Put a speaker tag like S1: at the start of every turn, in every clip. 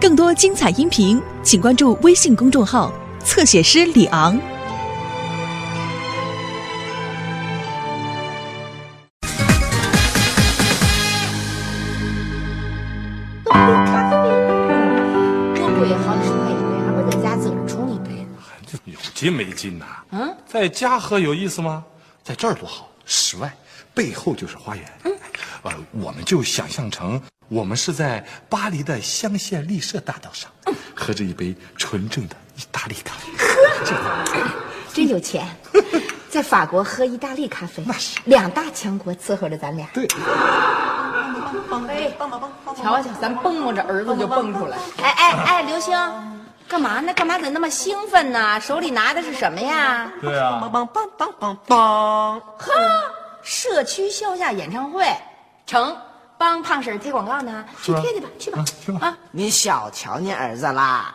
S1: 更多精彩音频，请关注微信公众号“侧写师李昂
S2: 都不用咖啡杯，这不也好使配一杯，还不如在家自个儿冲一杯呢。
S3: 这有劲没劲呐、嗯，在家喝有意思吗？在这儿多好，室外，背后就是花园。
S4: 嗯
S3: 呃，我们就想象成我们是在巴黎的香榭丽舍大道上，
S4: 嗯
S3: 喝着一杯纯正的意大利咖 啡。
S2: 真有 钱，在法国喝意大利咖啡，
S3: 那是
S2: 两大强国伺候着咱俩。
S3: 对，
S5: 哎
S6: 瞧瞧，咱蹦蹦着儿子就蹦出来。
S4: 哎哎哎，刘星，干嘛呢？干嘛怎么那么兴奋呢？手里拿的是什么呀？
S3: 对啊，
S5: 梆梆梆梆梆！
S4: 社区校下演唱会，成，帮胖婶儿贴广告呢，去贴贴吧，去
S6: 嗯
S4: 吧。
S3: 去吧
S4: 啊，
S5: 您小瞧您儿子啦。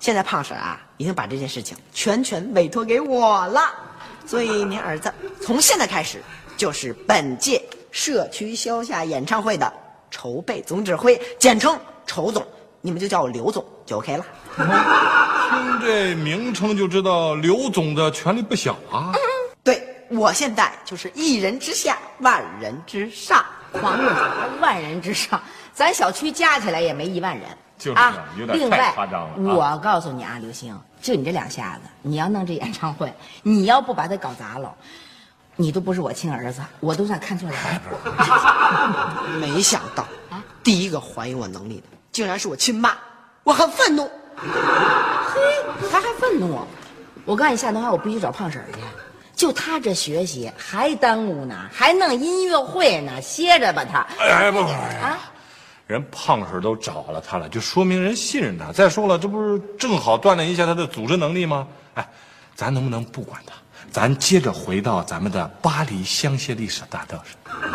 S5: 现在胖婶啊，已经把这件事情全权委托给我了，所以您儿子从现在开始就是本届社区消夏演唱会的筹备总指挥，简称筹总，你们就叫我刘总就 OK 了。
S3: 听这名称就知道刘总的权力不小啊。
S4: 嗯
S5: 对我现在就是一人之下，万人之上。
S4: 黄总，万人之上，咱小区加起来也没一万人。
S3: 就是啊有点
S4: 另
S3: 太
S4: 外
S3: 夸张了啊
S4: 我告诉你啊，刘星，就你这两下子，你要弄这演唱会，你要不把它搞砸了，你都不是我亲儿子，我都算看错人
S3: 哎
S4: 了。
S5: 没想到，第一个怀疑我能力的，竟然是我亲妈，我很愤怒。
S4: 他还愤怒。我告诉你，夏东海，我必须找胖婶儿去。就他这学习还耽误呢，还弄音乐会呢，歇着吧他。
S3: 哎，不不啊，人胖婶都找了他了，就说明人信任他。再说了，这不是正好锻炼一下他的组织能力吗？哎，咱能不能不管他？咱接着回到咱们的巴黎香榭丽舍大道上，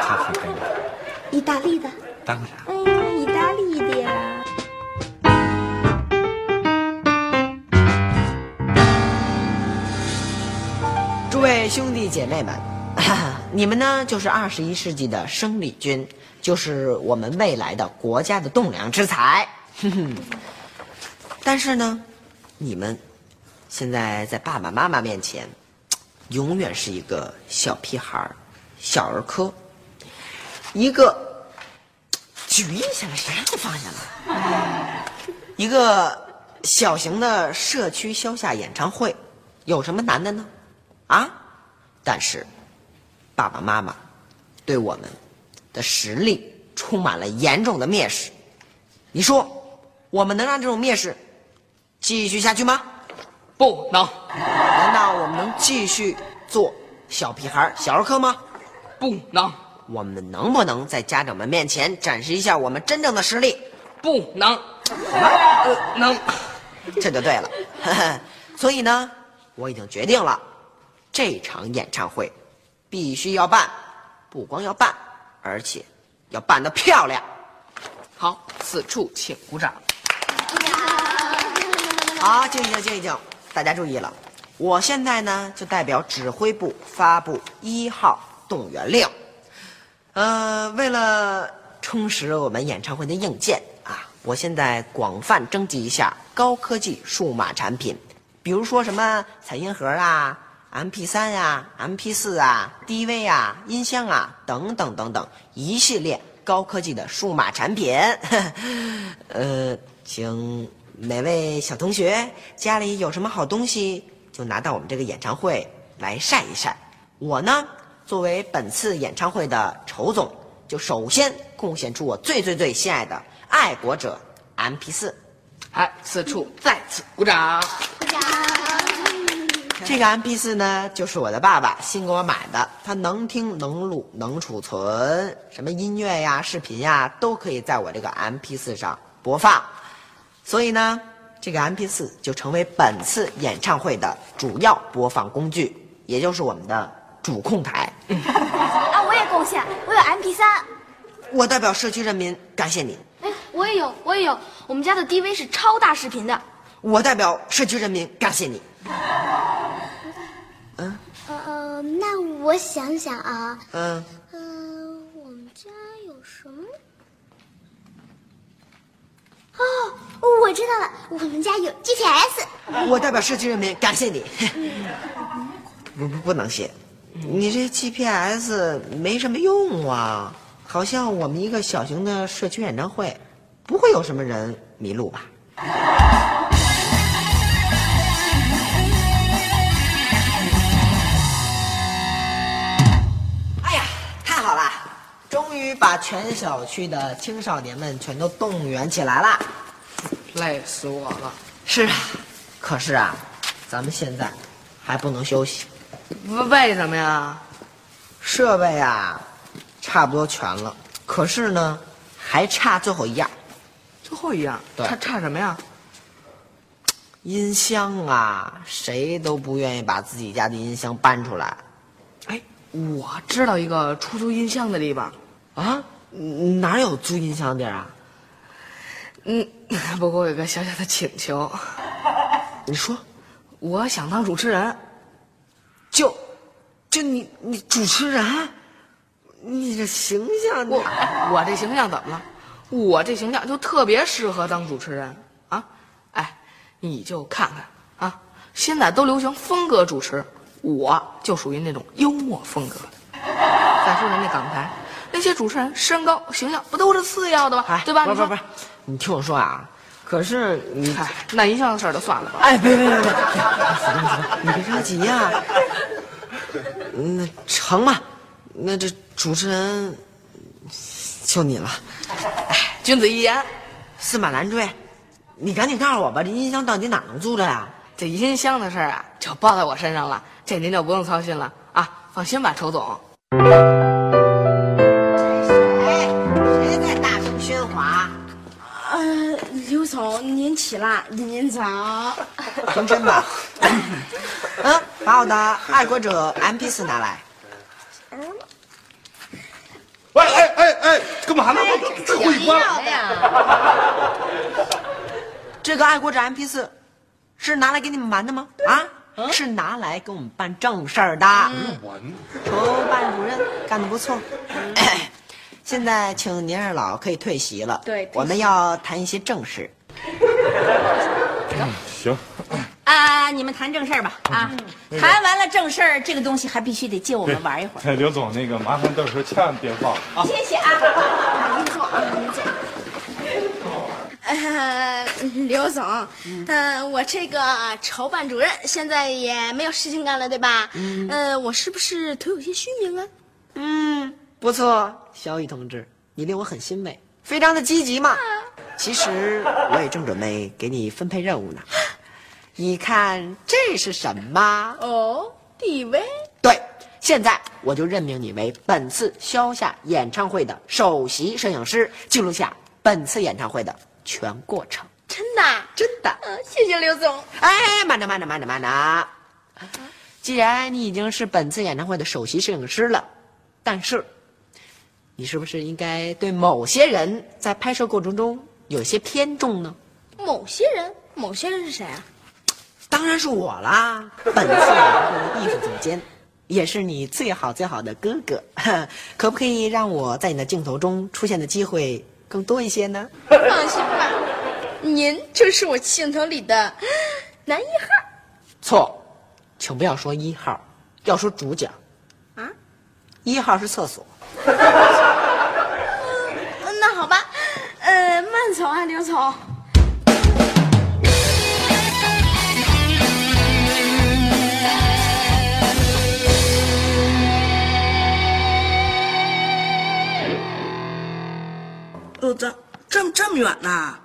S3: 咖啡杯吧，
S2: 意大利的，
S3: 当然。
S2: 哎呀，意大利的呀。
S5: 诸位兄弟姐妹们， 你们呢就是二十一世纪的生力军，就是我们未来的国家的栋梁之才。 哼哼但是呢，你们现在在爸爸妈妈面前，永远是一个小屁孩儿、小儿科，一个举一下了，谁让你放下了？ 一个小型的社区消夏演唱会，有什么难的呢？啊，但是爸爸妈妈对我们的实力充满了严重的蔑视。你说，我们能让这种蔑视继续下去吗？
S6: 不能，
S5: 难道我们能继续做小屁孩儿、小儿科吗？
S6: 不能，
S5: 我们能不能在家长们面前展示一下我们真正的实力？
S6: 不能，呃能。
S5: 这就对了。 所以呢，我已经决定了，这场演唱会必须要办，不光要办，而且要办得漂亮。
S6: 好，此处请鼓掌。
S5: 好，静一静，静一静，大家注意了，我现在呢就代表指挥部发布一号动员令。呃，为了充实我们演唱会的硬件啊，我现在广泛征集一下高科技数码产品，比如说什么彩音盒啊、MP 三啊、MP 四啊、DV 啊、音箱啊等等等等一系列高科技的数码产品。 呃，请每位小同学家里有什么好东西，就拿到我们这个演唱会来晒一晒。我呢，作为本次演唱会的筹总，就首先贡献出我最最最心爱的爱国者 MP 四。嗯
S6: 哎，此处再次鼓掌。
S5: 这个 MP 四呢，就是我的爸爸新给我买的，它能听能录能储存，什么音乐呀、视频呀，都可以在我这个 MP 四上播放。所以呢，这个 MP 四就成为本次演唱会的主要播放工具，也就是我们的主控台。
S7: 啊，我也贡献，我有 MP 三，
S5: 我代表社区人民感谢你，
S7: 哎，我也有，我也有，我们家的 DV 是超大视频的。
S5: 我代表社区人民感谢你。
S7: 呃，那我想想啊，
S5: 嗯，
S7: 嗯、我们家有什么？哦，道了，我们家有 GPS。
S5: 我代表社区人民感谢你。 不不不能谢，你这 GPS 没什么用啊。好像我们一个小型的社区演唱会，不会有什么人迷路吧？ 哎呀，太好了！终于把全小区的青少年们全都动员起来了。
S6: 累死我了。
S5: 是啊，可是啊，咱们现在还不能休息，
S6: 为什么呀？
S5: 设备啊，差不多全了，可是呢，还差最后一样，
S6: 最后一样，
S5: 对
S6: 差差什么呀？
S5: 音箱啊，谁都不愿意把自己家的音箱搬出来
S6: 哎，我知道一个出租音箱的地方。
S5: 啊，嗯哪有租音箱地儿啊？
S6: 嗯， 不过我有个小小的请求，
S5: 你说，
S6: 我想当主持人。
S5: 就，就你你主持人，你这形象
S6: 我
S5: 你
S6: 我这形象怎么了？我这形象就特别适合当主持人啊！哎，你就看看啊，现在都流行风格主持，我就属于那种幽默风格的。再说人家港台那些主持人，身高形象不都是次要的吗
S5: 哎？
S6: 对吧？
S5: 不
S6: 你
S5: 是
S6: 说
S5: 不是，不是你听我说啊，可是你
S6: 哎，那一项的事儿就算了吧。
S5: 哎，别别别别，你别着急呀、那成吧，那这主持人就你了，
S6: 君子一言，
S5: 驷马难追。你赶紧告诉我吧，这音箱到底哪能租着呀？
S6: 这音箱的事儿啊，就包在我身上了，这您就不用操心了啊！放心吧，仇总。
S5: 谁谁在大声喧哗？
S8: 呃，刘总，您起啦，您早。
S5: 认真吧。嗯，把我的爱国者 MP 四拿来。
S3: 喂，哎哎哎，干嘛呢？这会关了。
S5: 这个爱国者 MP 四是拿来给你们玩的吗？啊，
S8: 嗯
S5: 是拿来给我们办正事儿的。筹办主任干得不 错。现在请您二老可以退席了。
S8: 对退席
S5: 我们要谈一些正事。
S3: 行，
S8: 啊，你们谈正事儿吧。啊，
S3: 嗯
S8: 谈完了正事儿，这个东西还必须得借我们玩一会儿。
S3: 哎，刘总，那个麻烦到时候千万别忘了啊。
S8: 谢谢啊，您坐啊，您坐。呃，刘总，嗯、我这个筹办主任现在也没有事情干了，对吧？嗯，呃，我是不是徒有些虚名啊？
S5: 嗯，不错，小雨同志，你令我很欣慰，非常的积极
S8: 啊
S5: 嘛。其实我也正准备给你分配任务 呢。你看这是什么？
S8: 哦，地位。
S5: 对，现在我就任命你为本次消夏演唱会的首席摄影师，记录下本次演唱会的全过程。
S8: 真的？
S5: 真的。
S8: 嗯，谢谢刘总。
S5: 哎，慢着，慢着，慢着，慢着。嗯既然你已经是本次演唱会的首席摄影师了，但是，你是不是应该对某些人在拍摄过程中有些偏重呢？
S8: 某些人，某些人是谁啊？
S5: 当然是我啦！本次演唱会的艺术总监，也是你最好最好的哥哥。 可不可以让我在你的镜头中出现的机会更多一些呢？
S8: 放心吧，您就是我镜头里的男一号。
S5: 错，请不要说一号，要说主角。
S8: 啊？
S5: 一号是厕所。
S8: 嗯，那好吧，呃，慢走啊，刘总。
S9: 哟，这这么这么远呐？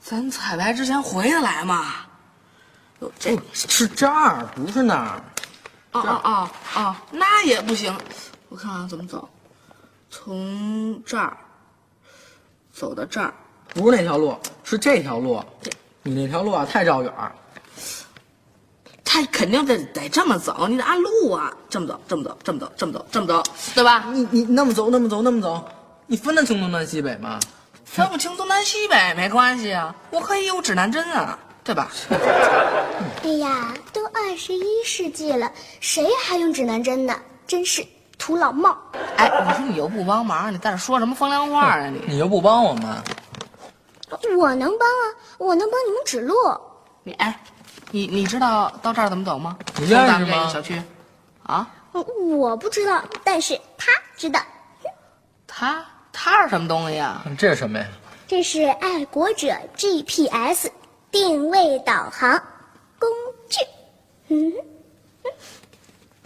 S6: 咱彩排之前回得来吗？
S9: 哟，这是这儿，不是那儿。
S6: 啊啊啊啊！那也不行，我看看怎么走，从这儿走到这儿，
S9: 不是那条路，是这条路。你那条路啊，太绕远儿。
S6: 他肯定得得这么走，你得按路啊，这么走，这么走，这么走，这么走，这么走，对吧？
S9: 你你那么走，那么走，那么走，你分得清东南西北吗？
S6: 分不清东南西北没关系啊，我可以有指南针啊，对吧？
S7: 哎呀，都二十一世纪了，谁还用指南针呢？真是土老帽。
S6: 哎，你说你又不帮忙，你在这说什么风凉话啊你？
S9: 你又不帮我们。
S7: 我能帮啊，我能帮你们指路。
S6: 你哎，你你知道到这儿怎么走吗？
S9: 你
S6: 从
S9: 认识吗
S6: 咱们这个小区，啊，
S7: 呃我不知道，但是他知道，
S6: 它它是什么东西啊？
S9: 这是什么呀？
S7: 这是爱国者 GPS 定位导航工具。嗯，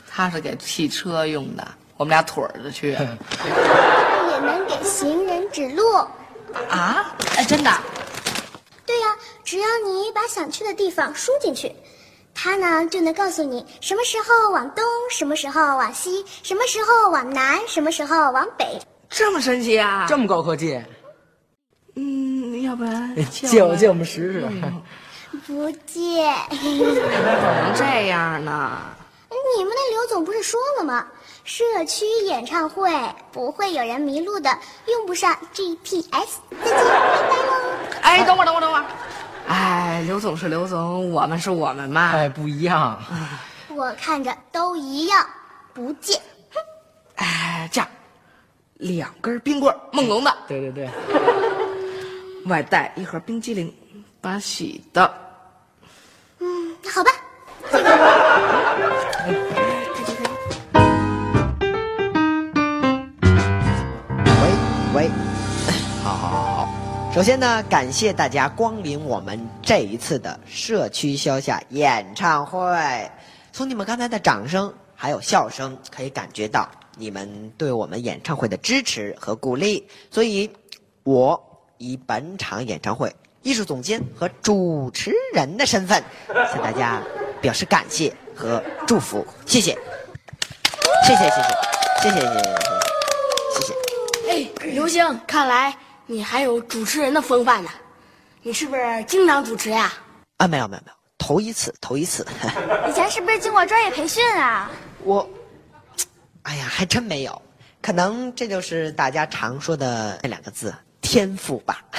S6: 它是给汽车用的，我们俩腿儿着 去
S7: 它也能给行人指路。
S6: 啊？哎，真的？
S7: 对呀、只要你把想去的地方输进去，它呢就能告诉你什么时候往东，什么时候往西，什么时候往南，什么时候往北。
S6: 这么神奇啊？
S9: 这么高科技，
S6: 嗯，要不然
S9: 借我借我们嗯试试。
S7: 不哎借，
S6: 成这样呢？
S7: 你们那刘总不是说了吗？社区演唱会不会有人迷路的，用不上 GPS。再见，拜拜喽。
S6: 哎，等会儿，等会儿，等会儿。哎，刘总是刘总，我们是我们嘛。
S9: 哎，不一样。
S7: 我看着都一样，不借。
S6: 哎，这样，两根冰棍儿，梦龙的，
S9: 对对对，
S6: 外带一盒冰激凌，八喜的。
S7: 嗯，好吧。
S5: 喂喂， 好好好好。首先呢，感谢大家光临我们这一次的社区消夏演唱会。从你们刚才的掌声还有笑声，可以感觉到你们对我们演唱会的支持和鼓励。所以，我以本场演唱会艺术总监和主持人的身份，向大家表示感谢和祝福。谢谢，谢谢，谢谢，谢谢，谢谢，谢谢，谢谢。
S8: 哎，刘星，看来你还有主持人的风范呢。你是不是经常主持呀、
S5: 啊，没有没有没有，头一次头一次，
S7: 以前是不是经过专业培训啊？
S5: 我，哎呀，还真没有，可能这就是大家常说的那两个字天赋吧。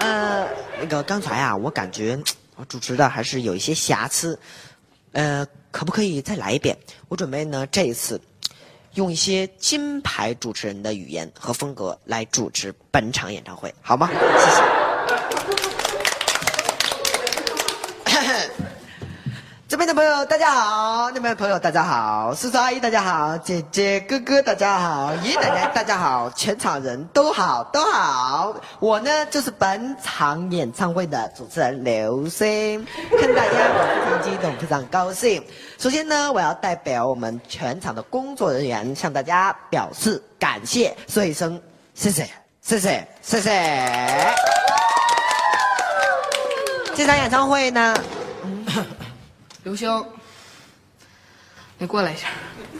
S5: 呃，那个刚才啊，我感觉我主持的还是有一些瑕疵，呃，可不可以再来一遍？我准备呢这一次。用一些金牌主持人的语言和风格来主持本场演唱会，好吗？谢谢。这边的朋友大家好，那边的朋友大家好，叔叔阿姨大家好，姐姐哥哥大家好，爷爷奶奶大家好，全场人都好都好。我呢就是本场演唱会的主持人刘星，看大家我非常激动，非常高兴。首先呢，我要代表我们全场的工作人员向大家表示感谢，说一声谢谢，谢谢，谢谢。这场演唱会呢，
S6: 刘星，你过来一下。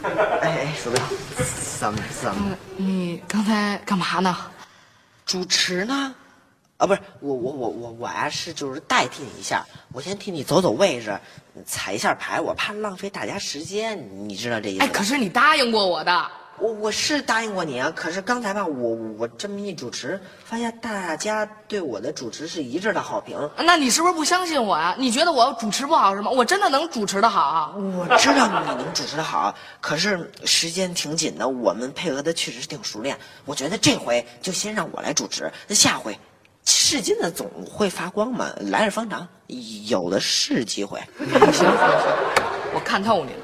S5: 哎，哎，鼠标，怎么怎么？
S6: 嗯你刚才干嘛呢？
S5: 主持呢？啊，不是，我我我我我呀、是就是代替你一下，我先替你走走位置，踩一下牌，我怕浪费大家时间，你知道这意思
S6: 哎，
S5: 吗？
S6: 可是你答应过我的。
S5: 我我是答应过你啊，可是刚才吧，我我这么一主持，发现大家对我的主持是一致的好评。
S6: 那你是不是不相信我呀、你觉得我主持不好是吗？我真的能主持的好。啊
S5: 我知道你能主持的好，可是时间挺紧的，我们配合的确实挺熟练。我觉得这回就先让我来主持，那下回，试金的总会发光嘛，来日方长，有的是机会。
S6: 行行行，我看透你了。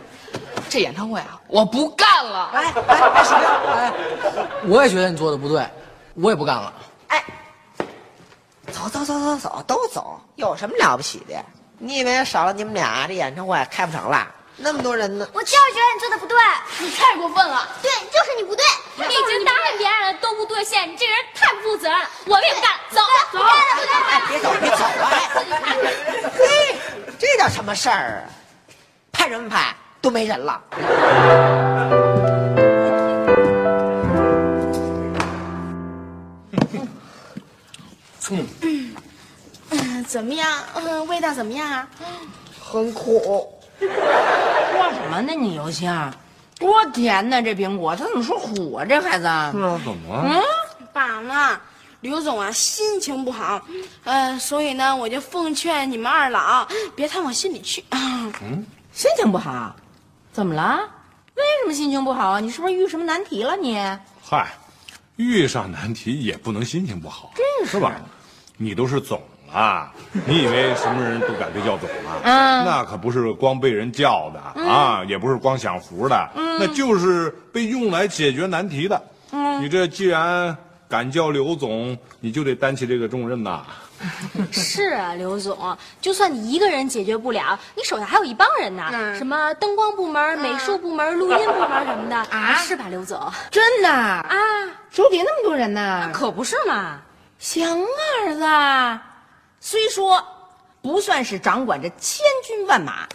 S6: 这演唱会啊，我不干了。
S5: 哎哎哎，鼠标，哎
S9: 我也觉得你做的不对，我也不干了。
S5: 哎，走走走走走，都走，有什么了不起的？你以为少了你们俩这演唱会开不成了？那么多人呢？
S7: 我就是觉得你做的不对，
S8: 你太过分了！
S7: 对，就是你不对。
S10: 你已经答应别人了都不兑现，你这人太不负责任了。我们也不干，走
S7: 不干了，不干了。
S5: 哎，别走，别走啊！哎，嘿，这叫什么事儿啊？拍什么拍？都没人了。
S9: 嗯，
S8: 嗯、怎么样？嗯、味道怎么样啊？
S5: 很苦。
S4: 说什么呢你刘星？多甜呢这苹果，他怎么说苦啊这孩子？
S3: 那怎么了？
S4: 嗯，
S8: 爸妈，刘总啊，心情不好，呃，所以呢，我就奉劝你们二老别太往心里去。
S4: 心情不好，怎么了？为什么心情不好啊？你是不是遇什么难题了你？
S3: 啊嗨，遇上难题也不能心情不好，是吧？你都是总了，你以为什么人都敢被叫总啊？
S11: 嗯
S3: 那可不是光被人叫的、啊，也不是光享福的，
S11: 嗯
S3: 那就是被用来解决难题的。
S11: 嗯
S3: 你这既然敢叫刘总，你就得担起这个重任呐。
S10: 是啊，刘总，就算你一个人解决不了，你手下还有一帮人呢，
S8: 嗯
S10: 什么灯光部门、美术部门、录音部门什么的，啊，是吧，刘总？
S11: 真的啊？手底下那么多人呢？
S10: 可不是嘛！
S4: 行啊，儿子，虽说不算是掌管着千军万马，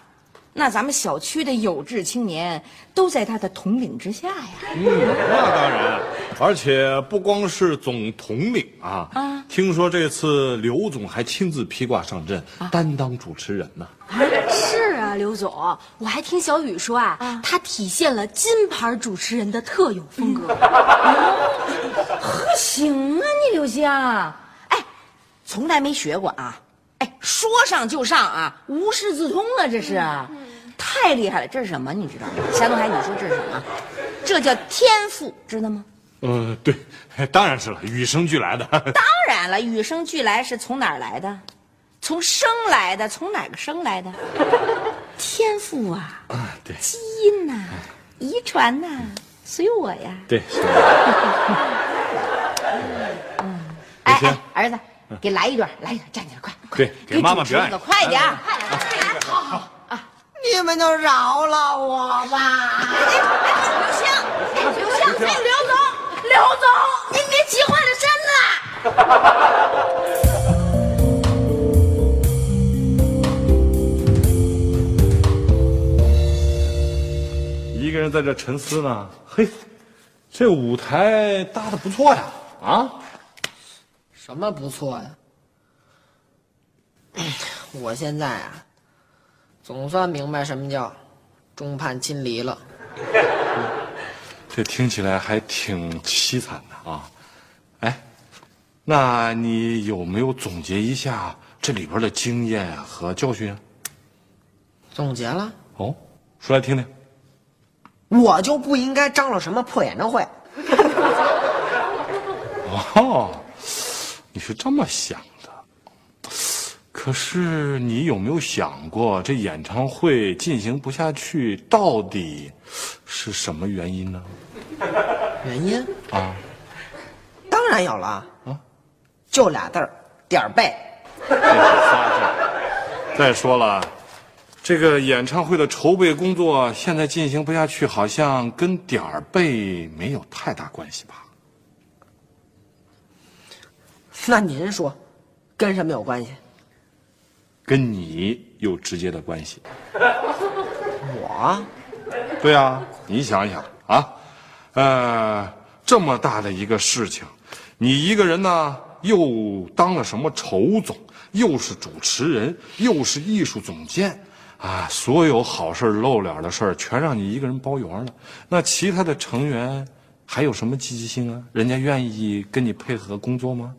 S4: 那咱们小区的有志青年都在他的统领之下呀。
S3: 嗯，那当然，而且不光是总统领啊，
S4: 啊
S3: 听说这次刘总还亲自披挂上阵，
S11: 啊
S3: 担当主持人呢、
S10: 是啊，刘总，我还听小雨说啊，他体现了金牌主持人的特有风
S8: 嗯
S10: 格。
S4: 可行啊，你刘香，哎，从来没学过啊，哎，说上就上啊，无师自通啊，这是，太厉害了，这是什么？你知道吗？夏东海，你说这是什么？这叫天赋，知道吗？
S3: 嗯、对，当然是了，与生俱来的。
S4: 当然了，与生俱来是从哪儿来的？从生来的，从哪个生来的？天赋啊，
S3: 对
S4: 基因呐、遗传呐、随我呀。
S3: 对，
S4: 哎
S3: 行
S4: 哎，儿子，给来一段，来一段，站起来，快！
S3: 对，给妈妈表演
S4: 主持
S3: 哎
S4: 一个。快点儿！
S5: 你们都饶了我吧！
S4: 刘星，哎刘星，哎刘总，刘总，您别急坏了身子啊。
S3: 一个人在这沉思呢，嘿，这舞台搭的不错呀，啊，
S9: 什么不错呀？
S5: 我现在啊，
S9: 总算明白什么叫众叛亲离了。
S3: 这听起来还挺凄惨的啊。哎，那你有没有总结一下这里边的经验和教训啊？
S5: 总结了，
S3: 哦，说来听听。
S5: 我就不应该张罗什么破演唱会。
S3: 哦，你是这么想的。可是你有没有想过，这演唱会进行不下去，到底是什么原因呢？
S5: 原因
S3: 啊，
S5: 当然有了啊，就俩字儿，点儿背。
S3: 再说了，这个演唱会的筹备工作现在进行不下去，好像跟点儿背没有太大关系吧？
S5: 那您说，跟什么有关系？
S3: 跟你有直接的关系。
S5: 我，
S3: 对啊，你想想啊，呃，这么大的一个事情，你一个人呢又当了什么筹总，又是主持人，又是艺术总监，啊，所有好事儿露脸的事儿全让你一个人包圆了。那其他的成员还有什么积极性啊？人家愿意跟你配合工作吗？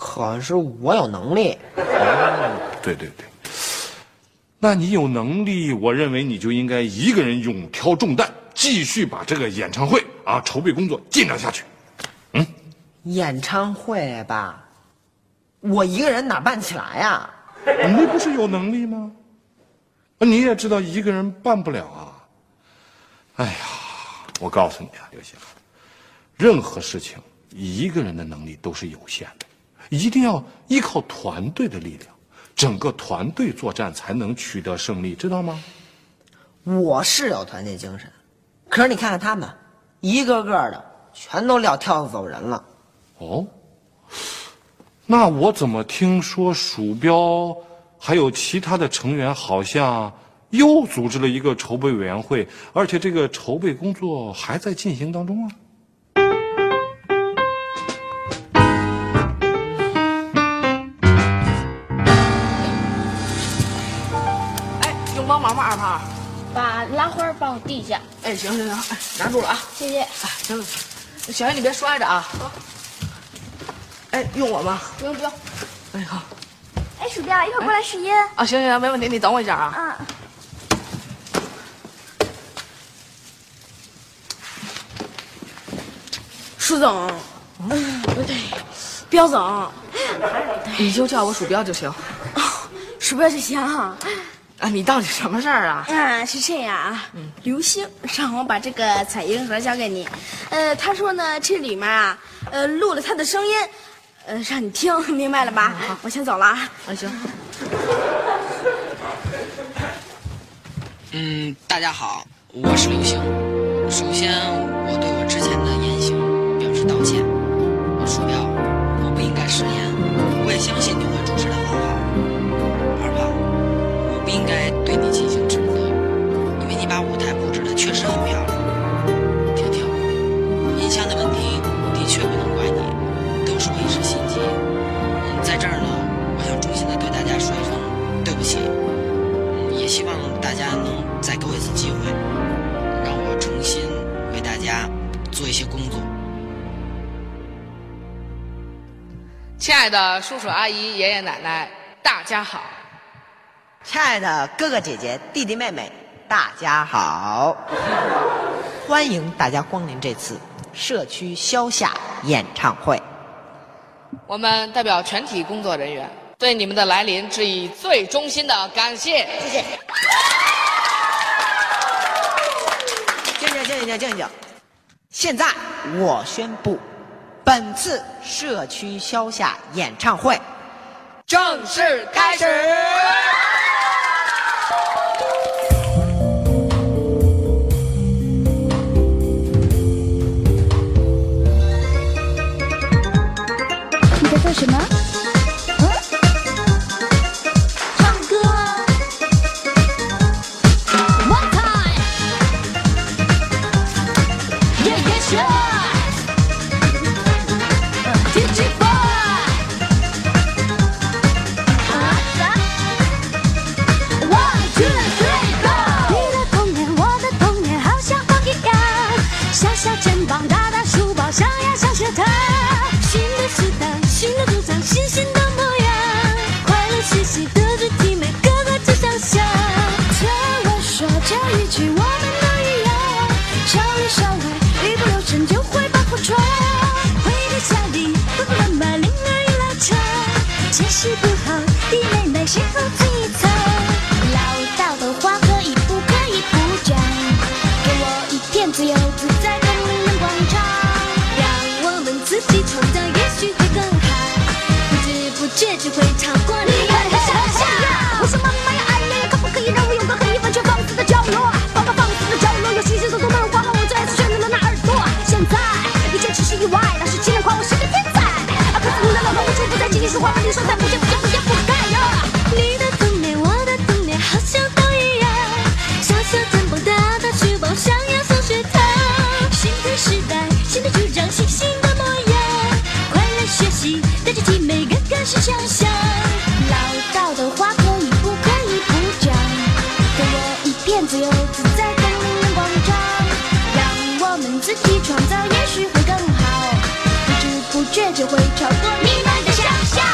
S5: 可是我有能力。
S3: 对对对，那你有能力，我认为你就应该一个人勇挑重担，继续把这个演唱会啊筹备工作进展下去。
S5: 演唱会吧，我一个人哪办起来呀、
S3: 你那不是有能力吗？啊你也知道一个人办不了啊。哎呀，我告诉你啊，刘星，任何事情一个人的能力都是有限的，一定要依靠团队的力量，整个团队作战才能取得胜利，知道吗？
S5: 我是有团队精神，可是你看看他们，一个个的全都撂挑子走人了。
S3: 哦，那我怎么听说鼠标还有其他的成员好像又组织了一个筹备委员会，而且这个筹备工作还在进行当中啊？
S6: 哎，用帮忙吗，二胖？
S8: 把拉花帮我递一下，
S6: 哎，行行行，哎拿住了啊！
S8: 谢谢。
S6: 哎，行了，小雨你别摔着啊。哎，用我吗？
S8: 不用不用，
S6: 哎好
S7: 哎，鼠标，一会儿过来试音。
S6: 啊，行行行，没问题，你等我一下啊。
S7: 嗯，
S8: 舒总，嗯，不对，彪总，
S6: 你就叫我鼠标就行。
S8: 鼠标就行啊。
S6: 啊，你到底什么事儿啊？
S8: 嗯，是这样啊，刘星让我把这个彩云盒交给你，呃，他说呢，这里面啊，呃，录了他的声音，呃，让你听，明白了吧？
S10: 嗯
S8: 我先走了啊。
S6: 啊，行。
S12: 嗯，大家好，我是刘星。首先，我对我之前的言行表示道歉。我鼠标，我不应该食言，我也相信你会主持的很好。二胖，我不应该对你进行指责，因为你把舞台布置的确实很漂亮。婷婷，音箱的问题的确不能怪你，都是我一时心急。嗯，在这儿呢，我想衷心的对大家说一声对不起。嗯也希望大家能再给我一次机会，让我重新为大家做一些工作。
S6: 亲爱的叔叔阿姨、爷爷奶奶，大家好。
S5: 亲爱的哥哥姐姐、弟弟妹妹，大家好！欢迎大家光临这次社区消夏演唱会。
S6: 我们代表全体工作人员，对你们的来临致以最衷心的感谢。谢谢。
S5: 静静，静静，静静！现在我宣布，本次社区消夏演唱会
S6: 正式开始。
S7: 你在做什么？嗯，唱歌。One time。Yeah yeah sure。DJ boy。One two three go。你的童年，我的童年，好像风一样，小小肩膀，大大书包，上呀上学堂。新的时代，新的主张，新鲜的模样，快乐学习，德智体美，个个志向想。听我说这一句，我们都一样，少里少外，一不留神就会把火闯。回到家里，爸爸妈妈铃儿一拉长，解释不好，弟妹妹谁好自己猜。老道的话可以不可以不讲？给我一片自由自在的无人广场，让我们自己创造，也许会更好。不知不觉就会超过你。我想笑，我说妈妈呀，哎呀呀，可不可以让我有个很完全放肆的角落？爸爸放肆的角落，有新鲜的动漫画和我最爱吃旋律的那耳朵。现在一切只是意外，老师竟然夸我是个天才。啊，可是你的老婆无处不在，仅仅是花花绿色，但不见不见不见不该呀。你的童年，我的童年，好像都一样。小小肩膀，大大书包，上呀上学堂。新的时代，新的主张，新新的模样。快乐学习，带着体美，个个是强项。老道的话可以不可以不讲？给我一片自由自在的无人广场，让我们自己创造，也许会更好。不知不觉就会超过你们的想象。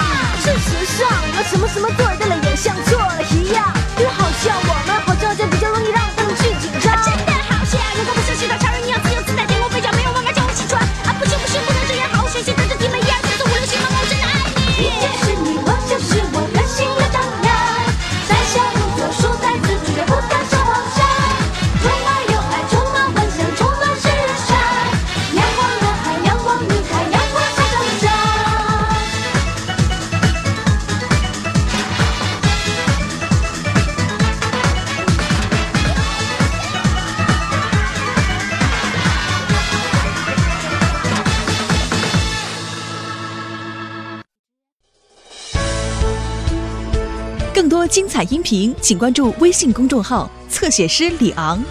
S13: 事实上，我什么什么对的了，也像错了一样。就好像我们好像就比较容易让他们去紧张。真的好险，如果不像寻找常人一样自由自在，天空飞翔，没有妈妈叫我起床。啊，不行不行，不能这样，好好学习，跟着弟妹一二三四五六七，妈妈我真的爱你。你就是你，我就是我，个性的张扬，在小路走，树在自己也不敢说谎想。充满有爱，充满幻想，充满时尚。阳光男孩，阳光女孩，阳光下成长。
S1: 更多精彩音频，请关注微信公众号“侧写师李昂”。